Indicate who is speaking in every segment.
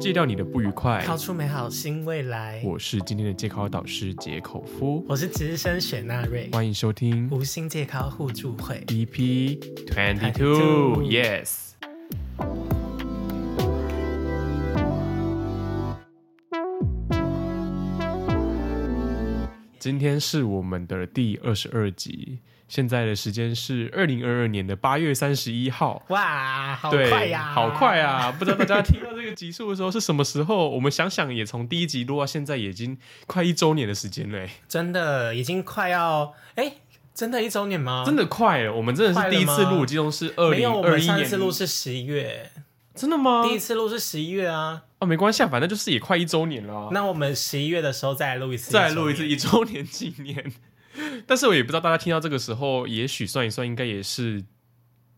Speaker 1: 戒掉你的不愉快。
Speaker 2: 超出美好新未来。
Speaker 1: 我是今天的戒考导师杰口夫，
Speaker 2: 我是值日生雪纳瑞，
Speaker 1: 欢迎嗯收听
Speaker 2: 无心健康互助会。
Speaker 1: EP Twenty Two。Yes。今天是我们的第二十二集，现在的时间是二零二二年的八月三十一号。
Speaker 2: 哇，好
Speaker 1: 对，
Speaker 2: 快呀、
Speaker 1: 好快！啊！不知道大家听到这个集数的时候是什么时候？我们想想，也从第一集录到现在，已经快一周年的时间了、欸
Speaker 2: 真的已经快要哎，真的一周年 吗？
Speaker 1: 真
Speaker 2: 的
Speaker 1: 的快了。我们真的是第一次
Speaker 2: 快了
Speaker 1: 录，
Speaker 2: 吗
Speaker 1: 集中是二
Speaker 2: 没
Speaker 1: 零
Speaker 2: 有，我
Speaker 1: 二
Speaker 2: 们
Speaker 1: 一
Speaker 2: 上一
Speaker 1: 年哦
Speaker 2: 次录是十一月，
Speaker 1: 真的吗
Speaker 2: 第？一次录是十一月啊。
Speaker 1: 哦，没关系，啊，反正就是也快一周年了啊、
Speaker 2: 那我们十一月的时候再来录一次，
Speaker 1: 再录一次一周年纪念。 但是我也不知道大家听到这个时候，也许算一算，应该也是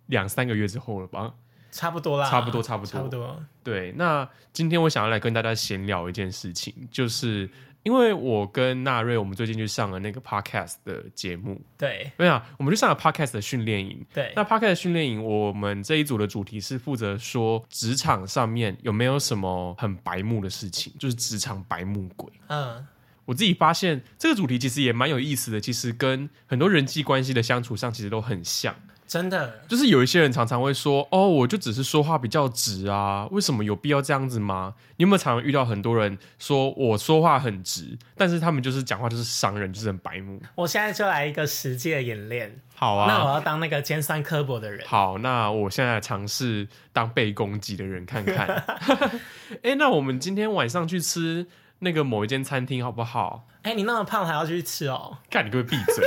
Speaker 1: 两三个月之后了吧。
Speaker 2: 差不多啦，
Speaker 1: 差不多差不多
Speaker 2: 差不多。
Speaker 1: 对，那今天我想要来跟大家闲聊一件事情，就是因为我跟纳瑞，我们最近去上了那个 podcast 的节目，
Speaker 2: 对
Speaker 1: 对啊，我们去上了 podcast 的训练营。
Speaker 2: 对，
Speaker 1: 那 podcast 的训练营，我们这一组的主题是负责说职场上面有没有什么很白目的事情，就是职场白目鬼。
Speaker 2: 嗯，
Speaker 1: 我自己发现这个主题其实也蛮有意思的，其实跟很多人际关系的相处上其实都很像。
Speaker 2: 真的
Speaker 1: 就是有一些人常常会说，哦，我就只是说话比较直啊，为什么有必要这样子吗？你有没有常常遇到很多人说我说话很直，但是他们就是讲话就是伤人，就是很白目。
Speaker 2: 我现在就来一个实际的演练。
Speaker 1: 好
Speaker 2: 那我
Speaker 1: 啊，
Speaker 2: 要当那个尖酸刻薄的人。
Speaker 1: 好，那我现在尝试当被攻击的人看 看。哎、那我们今天晚上去吃那个某一间餐厅好不好？
Speaker 2: 哎、你那么胖还要去吃哦？
Speaker 1: 看你可不可以 闭嘴？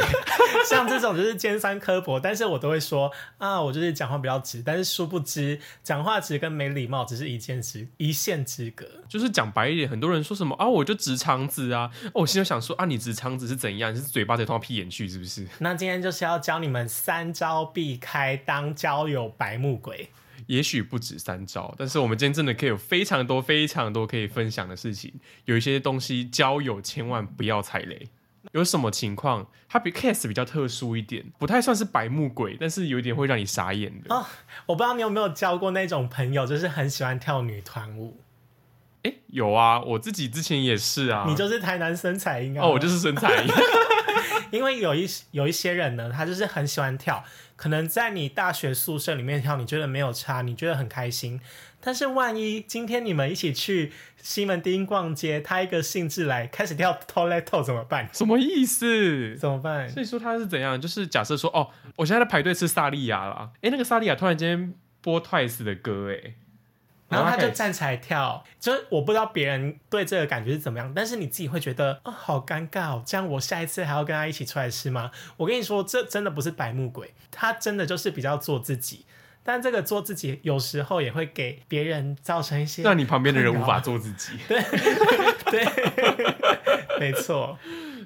Speaker 2: 像这种就是尖酸刻薄，但是我都会说啊，我就是讲话比较直，但是殊不知讲话直跟没礼貌只是一件之一线之隔。
Speaker 1: 就是讲白一点，很多人说什么啊，我就直肠子啊，哦我心里想说啊，你直肠子是怎样？你是嘴巴得通到屁眼去是不是？
Speaker 2: 那今天就是要教你们三招避开当交友白目鬼。
Speaker 1: 也许不止三招，但是我们今天真的可以有非常多、非常多可以分享的事情。有一些东西交友千万不要踩雷。有什么情况？它比 case 比较特殊一点，不太算是白目鬼，但是有一点会让你傻眼的。哎、
Speaker 2: 哦，我不知道你有没有交过那种朋友，就是很喜欢跳女团舞，
Speaker 1: 有啊，我自己之前也是啊。
Speaker 2: 你就是台南身材应该
Speaker 1: 哦，我就是身 材
Speaker 2: 因为有一有一些人呢，他就是很喜欢跳，可能在你大学宿舍里面跳，你觉得没有差，你觉得很开心。但是万一今天你们一起去西门町逛街，他一个兴致来开始跳 t o l e t o 怎么办？
Speaker 1: 什么意思？
Speaker 2: 怎么办？
Speaker 1: 所以说他是怎样？就是假设说，哦，我现在在排队吃萨莉亚啦，哎、那个萨莉亚突然间播 Twice 的歌、哎，
Speaker 2: 然后他
Speaker 1: 开
Speaker 2: 就
Speaker 1: 始
Speaker 2: 站起来跳，就是我不知道别人对这个感觉是怎么样，但是你自己会觉得哦，好尴尬哦，这样我下一次还要跟他一起出来吃吗？我跟你说，这真的不是白目鬼，他真的就是比较做自己，但这个做自己有时候也会给别人造成一些
Speaker 1: 让你旁边的人
Speaker 2: 困
Speaker 1: 无
Speaker 2: 扰
Speaker 1: 法做自己。
Speaker 2: 对， 没错，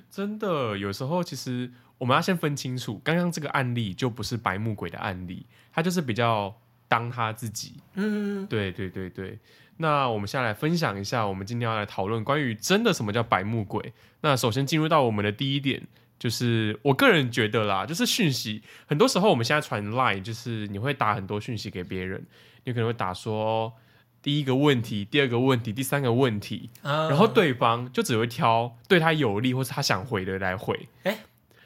Speaker 1: 真的，有时候其实我们要先分清楚，刚刚这个案例就不是白目鬼的案例，他就是比较当他自己。
Speaker 2: 嗯，
Speaker 1: 对对对对。那我们下来分享一下，我们今天要来讨论关于真的什么叫白目鬼。那首先进入到我们的第一点，就是我个人觉得啦，就是讯息，很多时候我们现在传 Line，就是你会打很多讯息给别人，你可能会打说第一个问题、第二个问题、第三个问题，然
Speaker 2: 然
Speaker 1: 后，对方就只会挑对他有利或是他想回的来回。
Speaker 2: 哎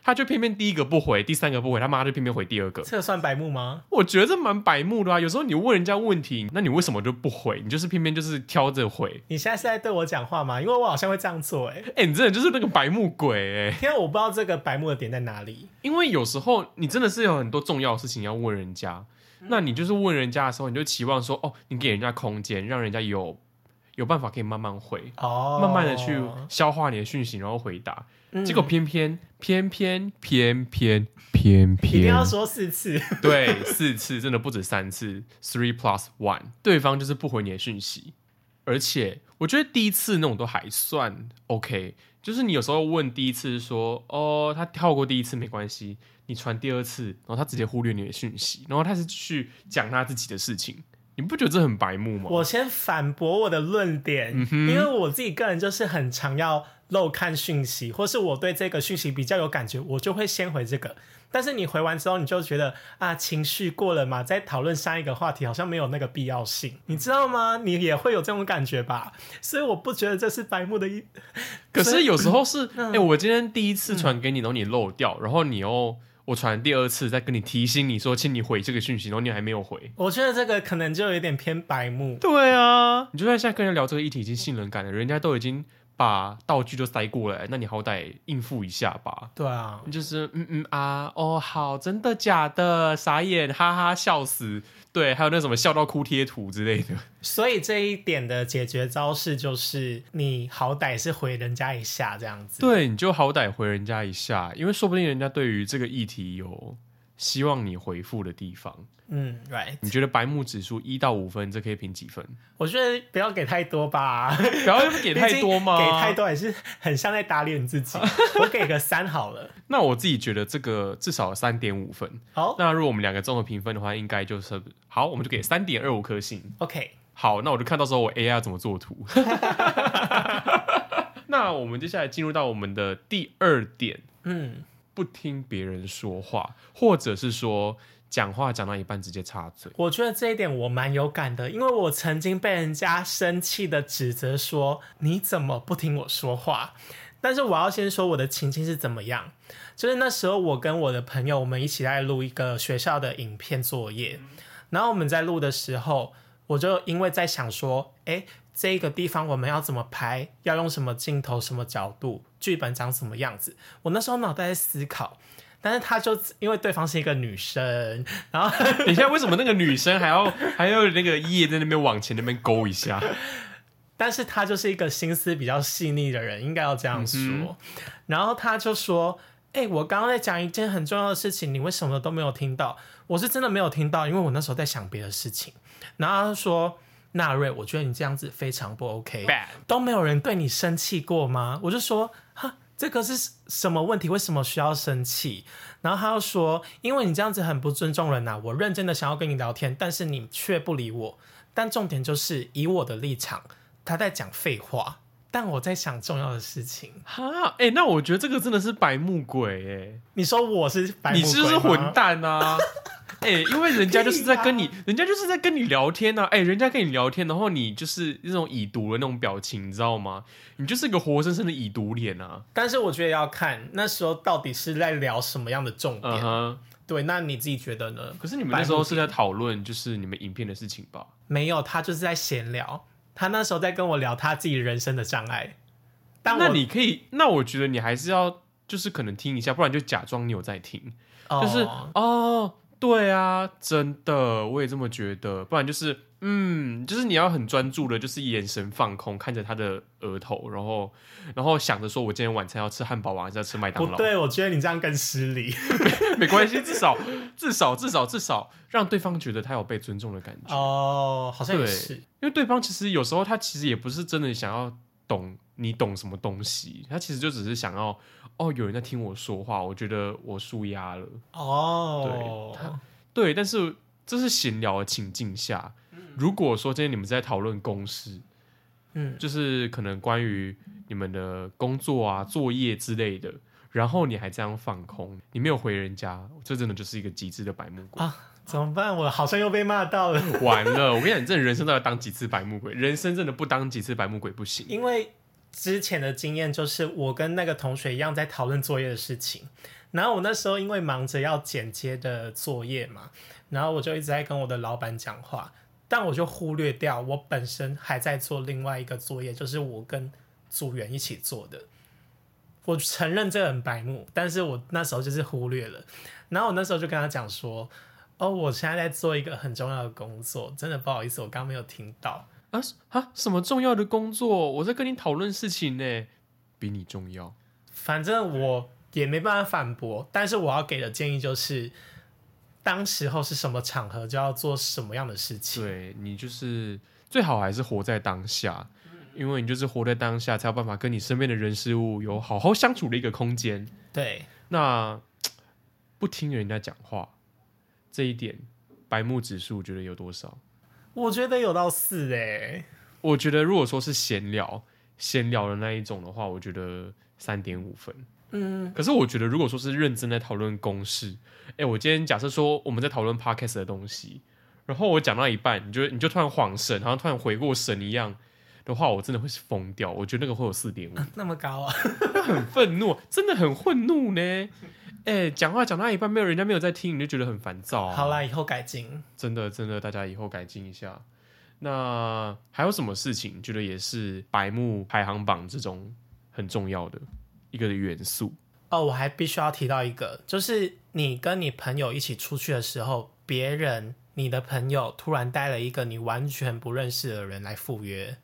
Speaker 1: 他就偏偏第一个不回，第三个不回，他妈就偏偏回第二个。
Speaker 2: 这个算白目吗？
Speaker 1: 我觉得这蛮白目的啊！有时候你问人家问题，那你为什么就不回？你就是偏偏就是挑着回。
Speaker 2: 你现在是在对我讲话吗？因为我好像会这样做、欸，哎，
Speaker 1: 哎、你真的就是那个白目鬼哎、
Speaker 2: 因为我不知道这个白目的点在哪里。
Speaker 1: 因为有时候你真的是有很多重要的事情要问人家，那你就是问人家的时候，你就期望说哦，你给人家空间，让人家有有办法可以慢慢回，
Speaker 2: 哦，
Speaker 1: 慢慢的去消化你的讯息，然后回答。
Speaker 2: 嗯
Speaker 1: 结果偏偏偏偏偏偏偏
Speaker 2: 一定要
Speaker 1: 偏，
Speaker 2: 说四次，
Speaker 1: 对，四次真的不止三次，three plus one，对方就是不回你的讯息，而且我觉得第一次那种都还算 OK，就是你有时候问第一次说哦，他跳过第一次没关系，你传第二次，然后他直接忽略你的讯息，然后他是去讲他自己的事情，你不觉得这很白目吗？嗯
Speaker 2: 我先反驳我的论点，因为我自己个人就是很常要漏看讯息，或是我对这个讯息比较有感觉，我就会先回这个。但是你回完之后，你就觉得啊，情绪过了嘛，再讨论下一个话题好像没有那个必要性，你知道吗？你也会有这种感觉吧？所以我不觉得这是白目的一，
Speaker 1: 可是有时候是，哎、我今天第一次传给你，然后你漏掉，然后你又我传第二次再跟你提醒你说，请你回这个讯息，然后你还没有回。
Speaker 2: 我觉得这个可能就有点偏白目。
Speaker 1: 对啊，你就算现在跟人聊这个议题已经信任感了，人家都已经把道具都塞过来，那你好歹应付一下吧。
Speaker 2: 对啊，
Speaker 1: 就是嗯嗯啊，哦好，真的假的？傻眼，哈哈，笑死。对，还有那什么笑到哭贴图之 类的。
Speaker 2: 所以这一点的解决招式就是，你好歹是回人家一下这样子。
Speaker 1: 对，你就好歹回人家一下，因为说不定人家对于这个议题有希望你回复的地方。
Speaker 2: 嗯，right，
Speaker 1: 你觉得白目指数一到五分，这可以评几分？
Speaker 2: 我觉得不要给太多吧，
Speaker 1: 不要 给太多吗？
Speaker 2: 给太。多也是很像在打脸自己。我给个三好了。
Speaker 1: 那我自己觉得这个至少三点五分。
Speaker 2: 好
Speaker 1: 那如果我们两个综合评分的话，应该就是好，我们就给三点二五颗星。
Speaker 2: ，OK，
Speaker 1: 好，那我就看到时候我 AI 要怎么做图。 那我们接下来进入到我们的第二点，
Speaker 2: 嗯，
Speaker 1: 不听别人说话，或者是说讲话讲到一半直接插嘴。
Speaker 2: 我觉得这一点我蛮有感的，因为我曾经被人家生气的指责说你怎么不听我说话。但是我要先说我的情境是怎么样，就是那时候我跟我的朋友我们一起在录一个学校的影片作业，然后我们在录的时候，我就因为在想说，哎，这个地方我们要怎么拍，要用什么镜头、什么角度，剧本长什么样子，我那时候脑袋在思考。但是他就因为对方是一个女生，然后
Speaker 1: 等一下，为什么那个女生还要还要那个叶在那边往前那边勾一 下？
Speaker 2: 但是他就是一个心思比较细腻的人，应该要这样说。然后他就说：“哎、我刚刚在讲一件很重要的事情，你为什么都没有听到？我是真的没有听到，因为我那时候在想别的事情。”然后他就说：“纳瑞，我觉得你这样子非常不 OK，
Speaker 1: Bad
Speaker 2: 都没有人对你生气过吗？”我就说：“哈，这个是什么问题？为什么需要生气？”然后他又说：“因为你这样子很不尊重人呐、啊我认真的想要跟你聊天，但是你却不理我。但重点就是以我的立场，他在讲废话，但我在想重要的事情。
Speaker 1: 哈，哎、那我觉得这个真的是白目鬼哎、
Speaker 2: 你说我是白目
Speaker 1: 你
Speaker 2: 鬼吗啊
Speaker 1: 就是混蛋啊！哎、因为人家就是在跟你，人家就是在跟你聊天呐、啊，哎、人家跟你聊天，然后你就是那种已读的那种表情，你知道吗？你就是个活生生的已读脸啊！
Speaker 2: 但是我觉得要看那时候到底是在聊什么样的重点。
Speaker 1: 嗯哼，
Speaker 2: 对，啊那你自己觉得呢？
Speaker 1: 可是你们那时候是在讨论就是你们影片的事情吧？
Speaker 2: 没有，他就是在闲聊。他那时候在跟我聊他自己人生的障碍。但我
Speaker 1: 那你可以，那我觉得你还是要就是可能听一下，不然就假装你有在听，
Speaker 2: 哦
Speaker 1: 就是哦，对啊，真的，我也这么觉得。不然就是，嗯，就是你要很专注的，就是眼神放空，看着他的额头，然后，然后想着说，我今天晚餐要吃汉堡王，啊还是要吃麦
Speaker 2: 不
Speaker 1: 当劳？
Speaker 2: 对，我觉得你这样更失礼。
Speaker 1: 没关系，至少，至少，至少，至少让对方觉得他有被尊重的感觉。
Speaker 2: 哦，好像也是
Speaker 1: 对。，因为对方其实有时候他其实也不是真的想要懂你懂什么东西，他其实就只是想要，哦，有人在听我说话，我觉得我舒压了。
Speaker 2: 哦，
Speaker 1: 对对，但是这是闲聊的情境下，如果说今天你们在讨论公事，
Speaker 2: 嗯，
Speaker 1: 就是可能关于你们的工作啊、作业之类的，然后你还这样放空，你没有回人家，这真的就是一个极致的白目鬼。
Speaker 2: 啊，怎么办？我好像又被骂到了。
Speaker 1: 完了，我跟你讲，你这人生都要当几次白目鬼，人生真的不当几次白目鬼不行。
Speaker 2: 因为之前的经验就是我跟那个同学一样在讨论作业的事情，然后我那时候因为忙着要剪接的作业嘛，然后我就一直在跟我的老板讲话，但我就忽略掉我本身还在做另外一个作业，就是我跟组员一起做的。我承认这很白目，但是我那时候就是忽略了。然后我那时候就跟他讲说：“哦，我现在在做一个很重要的工作，真的不好意思，我刚刚没有听到。”
Speaker 1: 啊啊！什么重要的工作？我在跟你讨论事情呢，比你重要。
Speaker 2: 反正我也没办法反驳，但是我要给的建议就是，当时候是什么场合就要做什么样的事情。
Speaker 1: 对你就是最好还是活在当下，因为你就是活在当下，才有办法跟你身边的人事物有好好相处的一个空间。
Speaker 2: 对，
Speaker 1: 那不听人家讲话这一点，白目指数觉得有多少？
Speaker 2: 我觉得有到四哎、
Speaker 1: 我觉得如果说是闲聊，闲聊的那一种的话，我觉得三点五分。
Speaker 2: 嗯，
Speaker 1: 可是我觉得，如果说是认真在讨论公式，哎、我今天假设说我们在讨论 podcast 的东西，然后我讲到一半，你就你就突然恍神，然后突然回过神一样的话，我真的会是疯掉。我觉得那个会有四 点五，
Speaker 2: 那么高啊？
Speaker 1: 很愤怒，真的很愤怒呢。哎、讲话讲到一半，没有人家没有在听，你就觉得很烦躁、啊。
Speaker 2: 好啦，以后改进。
Speaker 1: 真的真的，大家以后改进一下。那还有什么事情觉得也是白目排行榜之中很重要的一个元素？
Speaker 2: 哦，我还必须要提到一个，就是你跟你朋友一起出去的时候，别人你的朋友突然带了一个你完全不认识的人来赴约，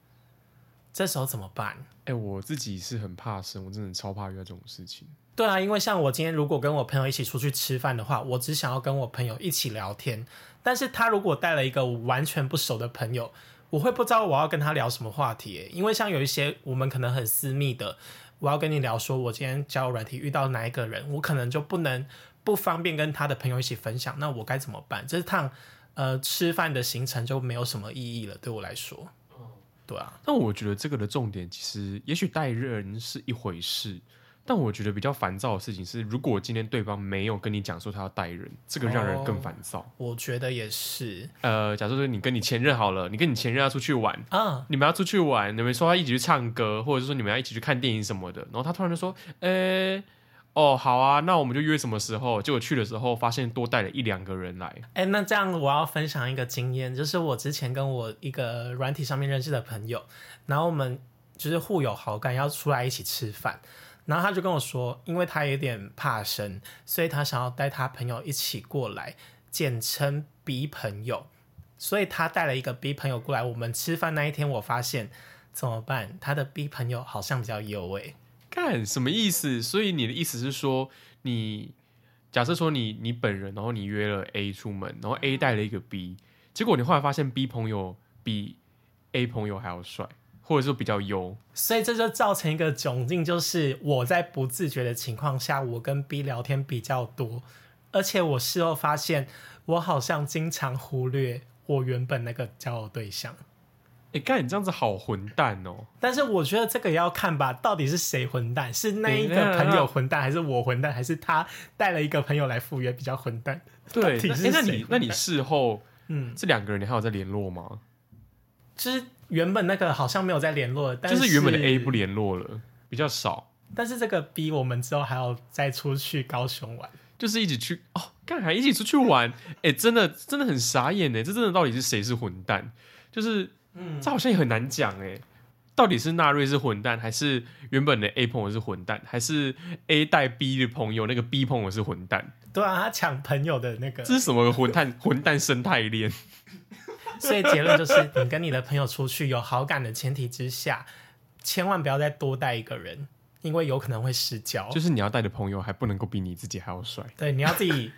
Speaker 2: 这时候怎么办？
Speaker 1: 哎、我自己是很怕生，我真的超怕遇到这种事情。
Speaker 2: 对啊，因为像我今天如果跟我朋友一起出去吃饭的话，我只想要跟我朋友一起聊天。但是他如果带了一个完全不熟的朋友，我会不知道我要跟他聊什么话题耶。因为像有一些我们可能很私密的，我要跟你聊说我今天交友软体遇到哪一个人，我可能就不能不方便跟他的朋友一起分享，那我该怎么办？这趟呃吃饭的行程就没有什么意义了，对我来说。对啊，
Speaker 1: 但我觉得这个的重点其实，也许带人是一回事，但我觉得比较烦躁的事情是，如果今天对方没有跟你讲说他要带人，这个让人更烦躁。
Speaker 2: 我觉得也是
Speaker 1: 呃，假设说你跟你前任好了，你跟你前任要出去玩，
Speaker 2: 啊，
Speaker 1: 你们要出去玩，你们说要一起去唱歌，或者是说你们要一起去看电影什么的，然后他突然就说，呃、哦，好啊，那我们就约什么时候？结果去的时候发现多带了一两个人来，
Speaker 2: 哎、那这样我要分享一个经验，就是我之前跟我一个软体上面认识的朋友，然后我们就是互有好感，要出来一起吃饭，然后他就跟我说，因为他有点怕生，所以他想要带他朋友一起过来，简称 B 朋友，所以他带了一个 B 朋友过来，我们吃饭那一天，我发现怎么办？他的 B 朋友好像比较有诶、
Speaker 1: 干什么意思？所以你的意思是说，你假设说你你本人，然后你约了 A 出门，然后 A 带了一个 B，结果你后来发现 B 朋友比 A 朋友还要帅，或者说比较优，
Speaker 2: 所以这就造成一个窘境，就是我在不自觉的情况下，我跟 B 聊天比较多，而且我事后发现，我好像经常忽略我原本那个交友对象。
Speaker 1: 哎、干你这样子好混蛋哦、
Speaker 2: 但是我觉得这个也要看吧，到底是谁混蛋？是那一个朋友混蛋，还是我混蛋，还是他带了一个朋友来赴约比较混蛋？
Speaker 1: 对，
Speaker 2: 到底
Speaker 1: 那
Speaker 2: 是
Speaker 1: 诶那
Speaker 2: 谁
Speaker 1: 你那你事后
Speaker 2: 嗯，
Speaker 1: 这两个人你还有在联络吗？
Speaker 2: 就是原本那个好像没有在联络了，但
Speaker 1: 就是是原本的 A 不联络了，比较少，
Speaker 2: 但是这个 B 我们之后还要再出去高雄玩。
Speaker 1: 就是一起去哦，干还一起出去玩，哎，真的真的很傻眼哎，这真的到底是谁是混蛋？就是
Speaker 2: 嗯，
Speaker 1: 这好像也很难讲哎，到底是纳瑞是混蛋，还是原本的 A 朋友是混蛋，还是 A 带 B 的朋友那个 B 朋友是混蛋？
Speaker 2: 对啊，他抢朋友的那个，
Speaker 1: 这是什么混蛋 混蛋生态链？
Speaker 2: 所以结论就是，你跟你的朋友出去有好感的前提之下，千万不要再多带一个人，因为有可能会失焦。
Speaker 1: 就是你要带的朋友还不能够比你自己还要帅，
Speaker 2: 对，你要自 己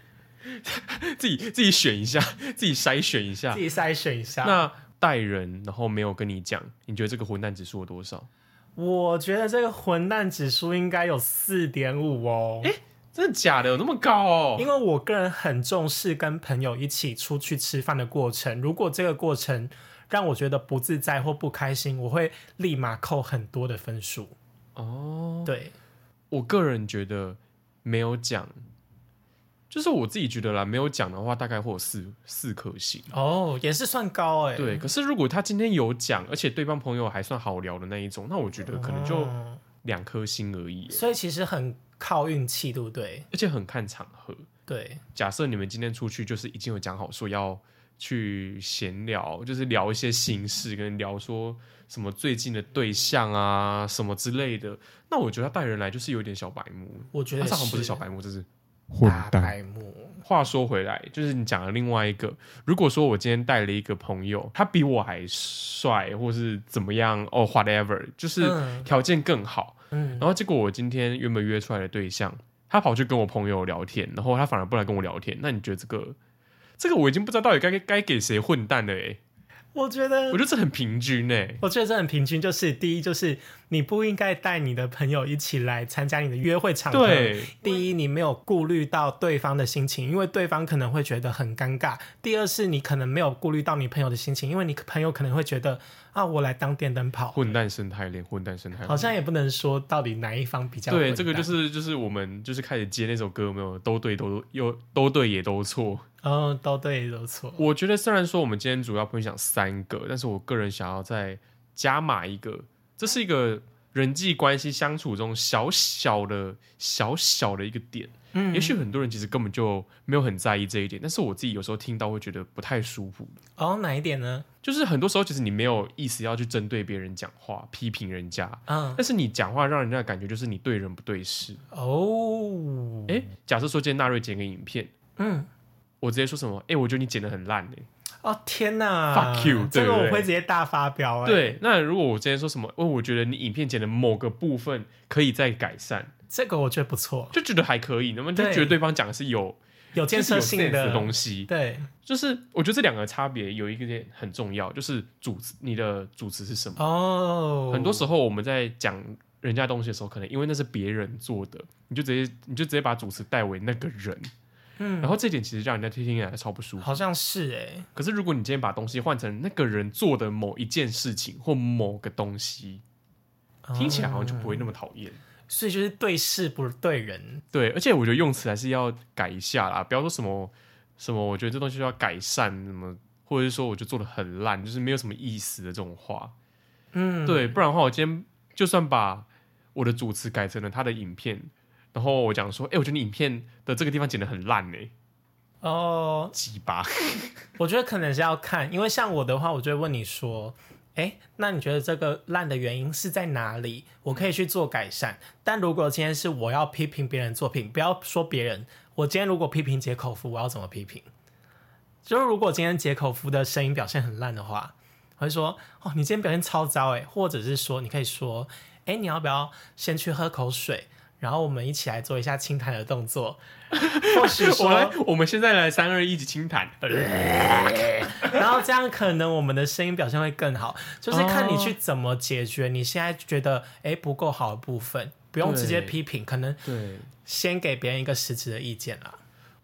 Speaker 1: 自己自己选一下，自己筛选一下
Speaker 2: 自。己筛选一下。
Speaker 1: 啊那带人然后没有跟你讲，你觉得这个混蛋指数有多少？
Speaker 2: 我觉得这个混蛋指数应该有四点五哦，
Speaker 1: 真的假的？有那么高哦？
Speaker 2: 因为我个人很重视跟朋友一起出去吃饭的过程。如果这个过程让我觉得不自在或不开心，我会立马扣很多的分数。
Speaker 1: 哦，
Speaker 2: 对，
Speaker 1: 我个人觉得没有讲，就是我自己觉得啦，没有讲的话，大概会有四四颗星。
Speaker 2: 哦，也是算高哎、
Speaker 1: 对，可是如果他今天有讲，而且对方朋友还算好聊的那一种，那我觉得可能就
Speaker 2: 嗯
Speaker 1: 两颗星而已，
Speaker 2: 所以其实很靠运气，对不对？
Speaker 1: 而且很看场合。
Speaker 2: 对，
Speaker 1: 假设你们今天出去，就是已经有讲好说要去闲聊，就是聊一些心事，跟聊说什么最近的对象啊什么之类的，那我觉得他带人来就是有点小白目，
Speaker 2: 我觉
Speaker 1: 他
Speaker 2: 得
Speaker 1: 好像不是小白目，这是
Speaker 2: 大白目。
Speaker 1: 话说回来，就是你讲的另外一个，如果说我今天带了一个朋友，他比我还帅，或是怎么样哦，whatever，就是
Speaker 2: 嗯
Speaker 1: 条件更好，
Speaker 2: 嗯，
Speaker 1: 然后结果我今天原本约出来的对象，他跑去跟我朋友聊天，然后他反而不来跟我聊天，那你觉得这个这个我已经不知道到底该该给谁混蛋了诶、欸
Speaker 2: 我觉得
Speaker 1: 我觉得这很平均欸诶、
Speaker 2: 我觉得这很平均，就是第一，就是你不应该带你的朋友一起来参加你的约会场 合。
Speaker 1: 对，
Speaker 2: 第一，你没有顾虑到对方的心情，因为对方可能会觉得很尴尬；第二是你可能没有顾虑到你朋友的心情，因为你朋友可能会觉得啊，我来当电灯泡，
Speaker 1: 混蛋生态链，混蛋生态链
Speaker 2: 好。像也不能说到底哪一方比较
Speaker 1: 对，
Speaker 2: 混
Speaker 1: 这个就
Speaker 2: 蛋
Speaker 1: 是就是我们就是开始接那首歌，有没有都对都又都对也都错。
Speaker 2: 哦，都对都错，
Speaker 1: 我觉得虽然说我们今天主要分享三个，但是我个人想要再加码一个，这是一个人际关系相处中小小的小小的一个点。
Speaker 2: 嗯
Speaker 1: 也许很多人其实根本就没有很在意这一点，但是我自己有时候听到会觉得不太舒服。
Speaker 2: 哦哪一点呢？
Speaker 1: 就是很多时候，其实你没有意思要去针对别人讲话、批评人家，
Speaker 2: 嗯
Speaker 1: 但是你讲话让人家感觉就是你对人不对事。
Speaker 2: 哦，
Speaker 1: 诶，假设说今天纳瑞剪个影片，
Speaker 2: 嗯。
Speaker 1: 我直接说什么？诶，我觉得你剪的很烂诶。欸
Speaker 2: 哦天哪
Speaker 1: Fuck you，
Speaker 2: 这
Speaker 1: 对
Speaker 2: 个
Speaker 1: 不对
Speaker 2: 我会直接大发飙哎、
Speaker 1: 对，那如果我今天说什么？哦，我觉得你影片剪的某个部分可以再改善，
Speaker 2: 这个我觉得不错，
Speaker 1: 就觉得还可以，那么就
Speaker 2: 对
Speaker 1: 觉得对方讲的是有
Speaker 2: 有建设
Speaker 1: 就是有
Speaker 2: 性
Speaker 1: sense
Speaker 2: 的
Speaker 1: 的东西。
Speaker 2: 对，
Speaker 1: 就是我觉得这两个差别有一个点很重要，就是主词你的主词是什么。
Speaker 2: 哦，
Speaker 1: 很多时
Speaker 2: 候
Speaker 1: 候我们在讲人家东西的时候，可能因为那是别人做的，你就直接你就直接把主持代为那个人，
Speaker 2: 嗯
Speaker 1: 然后这点其实让人家听听起来超不舒服。
Speaker 2: 好像是哎、
Speaker 1: 可是如果你今天把东西换成那个人做的某一件事情或某个东西，
Speaker 2: 哦
Speaker 1: 听起来好像就不会那么讨厌。
Speaker 2: 所以就是对事不对人，
Speaker 1: 对，而且我觉得用词还是要改一下啦，不要说什么什么，我觉得这东西要改善什么。或者是说，我就做的很烂，就是没有什么意思的这种话，
Speaker 2: 嗯，
Speaker 1: 对，不然的话，我今天就算把我的主持改成了他的影片，然后我讲说，哎、我觉得你影片的这个地方剪得很烂呢、欸，
Speaker 2: 哦，
Speaker 1: 鸡巴。
Speaker 2: 我觉得可能是要看，因为像我的话，我就会问你说。哎，那你觉得这个烂的原因是在哪里？我可以去做改善。但如果今天是我要批评别人作品，不要说别人，我今天如果批评解口服，我要怎么批评？就是如果今天解口服的声音表现很烂的话，我会说哦，你今天表现超糟哎，或者是说你可以说，哎，你要不要先去喝口水，然后我们一起来做一下清谈的动作， 或许
Speaker 1: 我来
Speaker 2: 说，，
Speaker 1: 我们现在来三二一起清谈。
Speaker 2: 然后这样可能我们的声音表现会更好，就是看
Speaker 1: 哦
Speaker 2: 你去怎么解决你现在觉得哎不够好的部分，不用直接批评，可能
Speaker 1: 对，
Speaker 2: 先给别人一个实质的意见啦。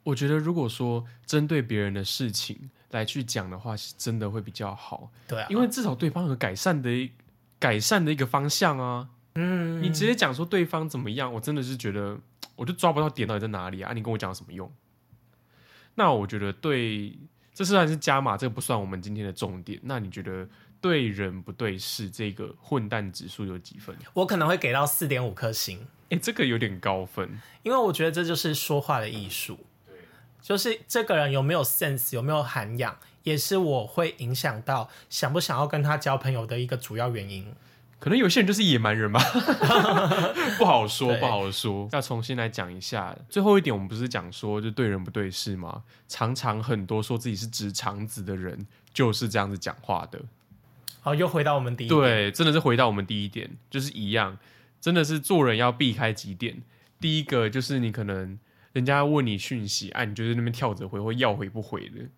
Speaker 1: 我觉得如果说针对别人的事情来去讲的话，是真的会比较好，
Speaker 2: 对啊，
Speaker 1: 因为至少对方有改善的一改善的一个方向啊。
Speaker 2: 嗯，
Speaker 1: 你直接讲说对方怎么样，我真的是觉得我就抓不到点到底在哪里啊！你跟我讲有什么用？那我觉得对，这虽然是加码，这个不算我们今天的重点。那你觉得对人不对事这个混蛋指数有几分？
Speaker 2: 我可能会给到四点五颗星，
Speaker 1: 哎、这个有点高分。
Speaker 2: 因为我觉得这就是说话的艺术。就是这个人有没有 sense，有没有涵养，也是我会影响到想不想要跟他交朋友的一个主要原因。
Speaker 1: 可能有些人就是野蛮人 吧，不好说，
Speaker 2: 对
Speaker 1: 不好说。要重新来讲一下，最后一点，我们不是讲说就对人不对事吗？常常很多说自己是直肠子的人，就是这样子讲话的。
Speaker 2: 好，又回到我们第一点，
Speaker 1: 对，真的是回到我们第一点，就是一样，真的是做人要避开几点。第一个就是你可能人家问你讯息，啊，你就在那边跳着回，或要回不回的。然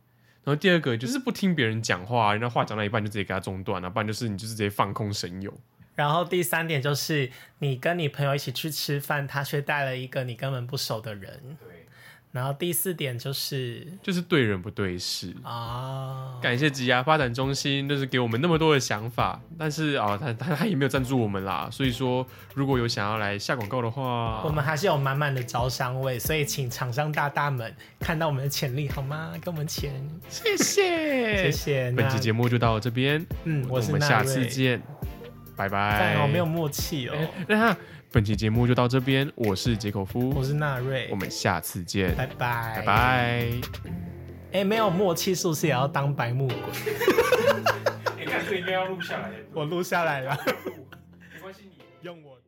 Speaker 1: 后第二个就是不听别人讲话，人家话讲到一半就直接给他中断了、不然就是你就是直接放空神游。
Speaker 2: 然后第三点就是，你跟你朋友一起去吃饭，他却带了一个你根本不熟的人。
Speaker 1: 对，
Speaker 2: 然后第四点就是
Speaker 1: 就是对人不对事。
Speaker 2: 啊，
Speaker 1: 感谢吉亚发展中心，就是给我们那么多的想法，但是啊，他他他也没有赞助我们啦，所以说如果有想要来下广告的话，
Speaker 2: 我们还是有满满的招商味，所以请厂商大大们看到我们的潜力好吗？给我们钱，
Speaker 1: 谢
Speaker 2: 谢
Speaker 1: 谢。
Speaker 2: 谢。
Speaker 1: 本期节
Speaker 2: 目，
Speaker 1: 目就到这边，
Speaker 2: 嗯，
Speaker 1: 我
Speaker 2: 是
Speaker 1: 们
Speaker 2: 那
Speaker 1: 下次
Speaker 2: 瑞，
Speaker 1: 见，哎拜拜
Speaker 2: 但。我没有默契哦。
Speaker 1: 那哈本期节目就到这边，我是杰口
Speaker 2: 我
Speaker 1: 夫，
Speaker 2: 是纳瑞，
Speaker 1: 我们下次见，
Speaker 2: 拜拜
Speaker 1: 拜拜。
Speaker 2: 哎、没有默契是不是也要当白目鬼？
Speaker 1: 哎，看这应该要录下来，
Speaker 2: 我录下来了，
Speaker 1: 没关系你。
Speaker 2: 用我的。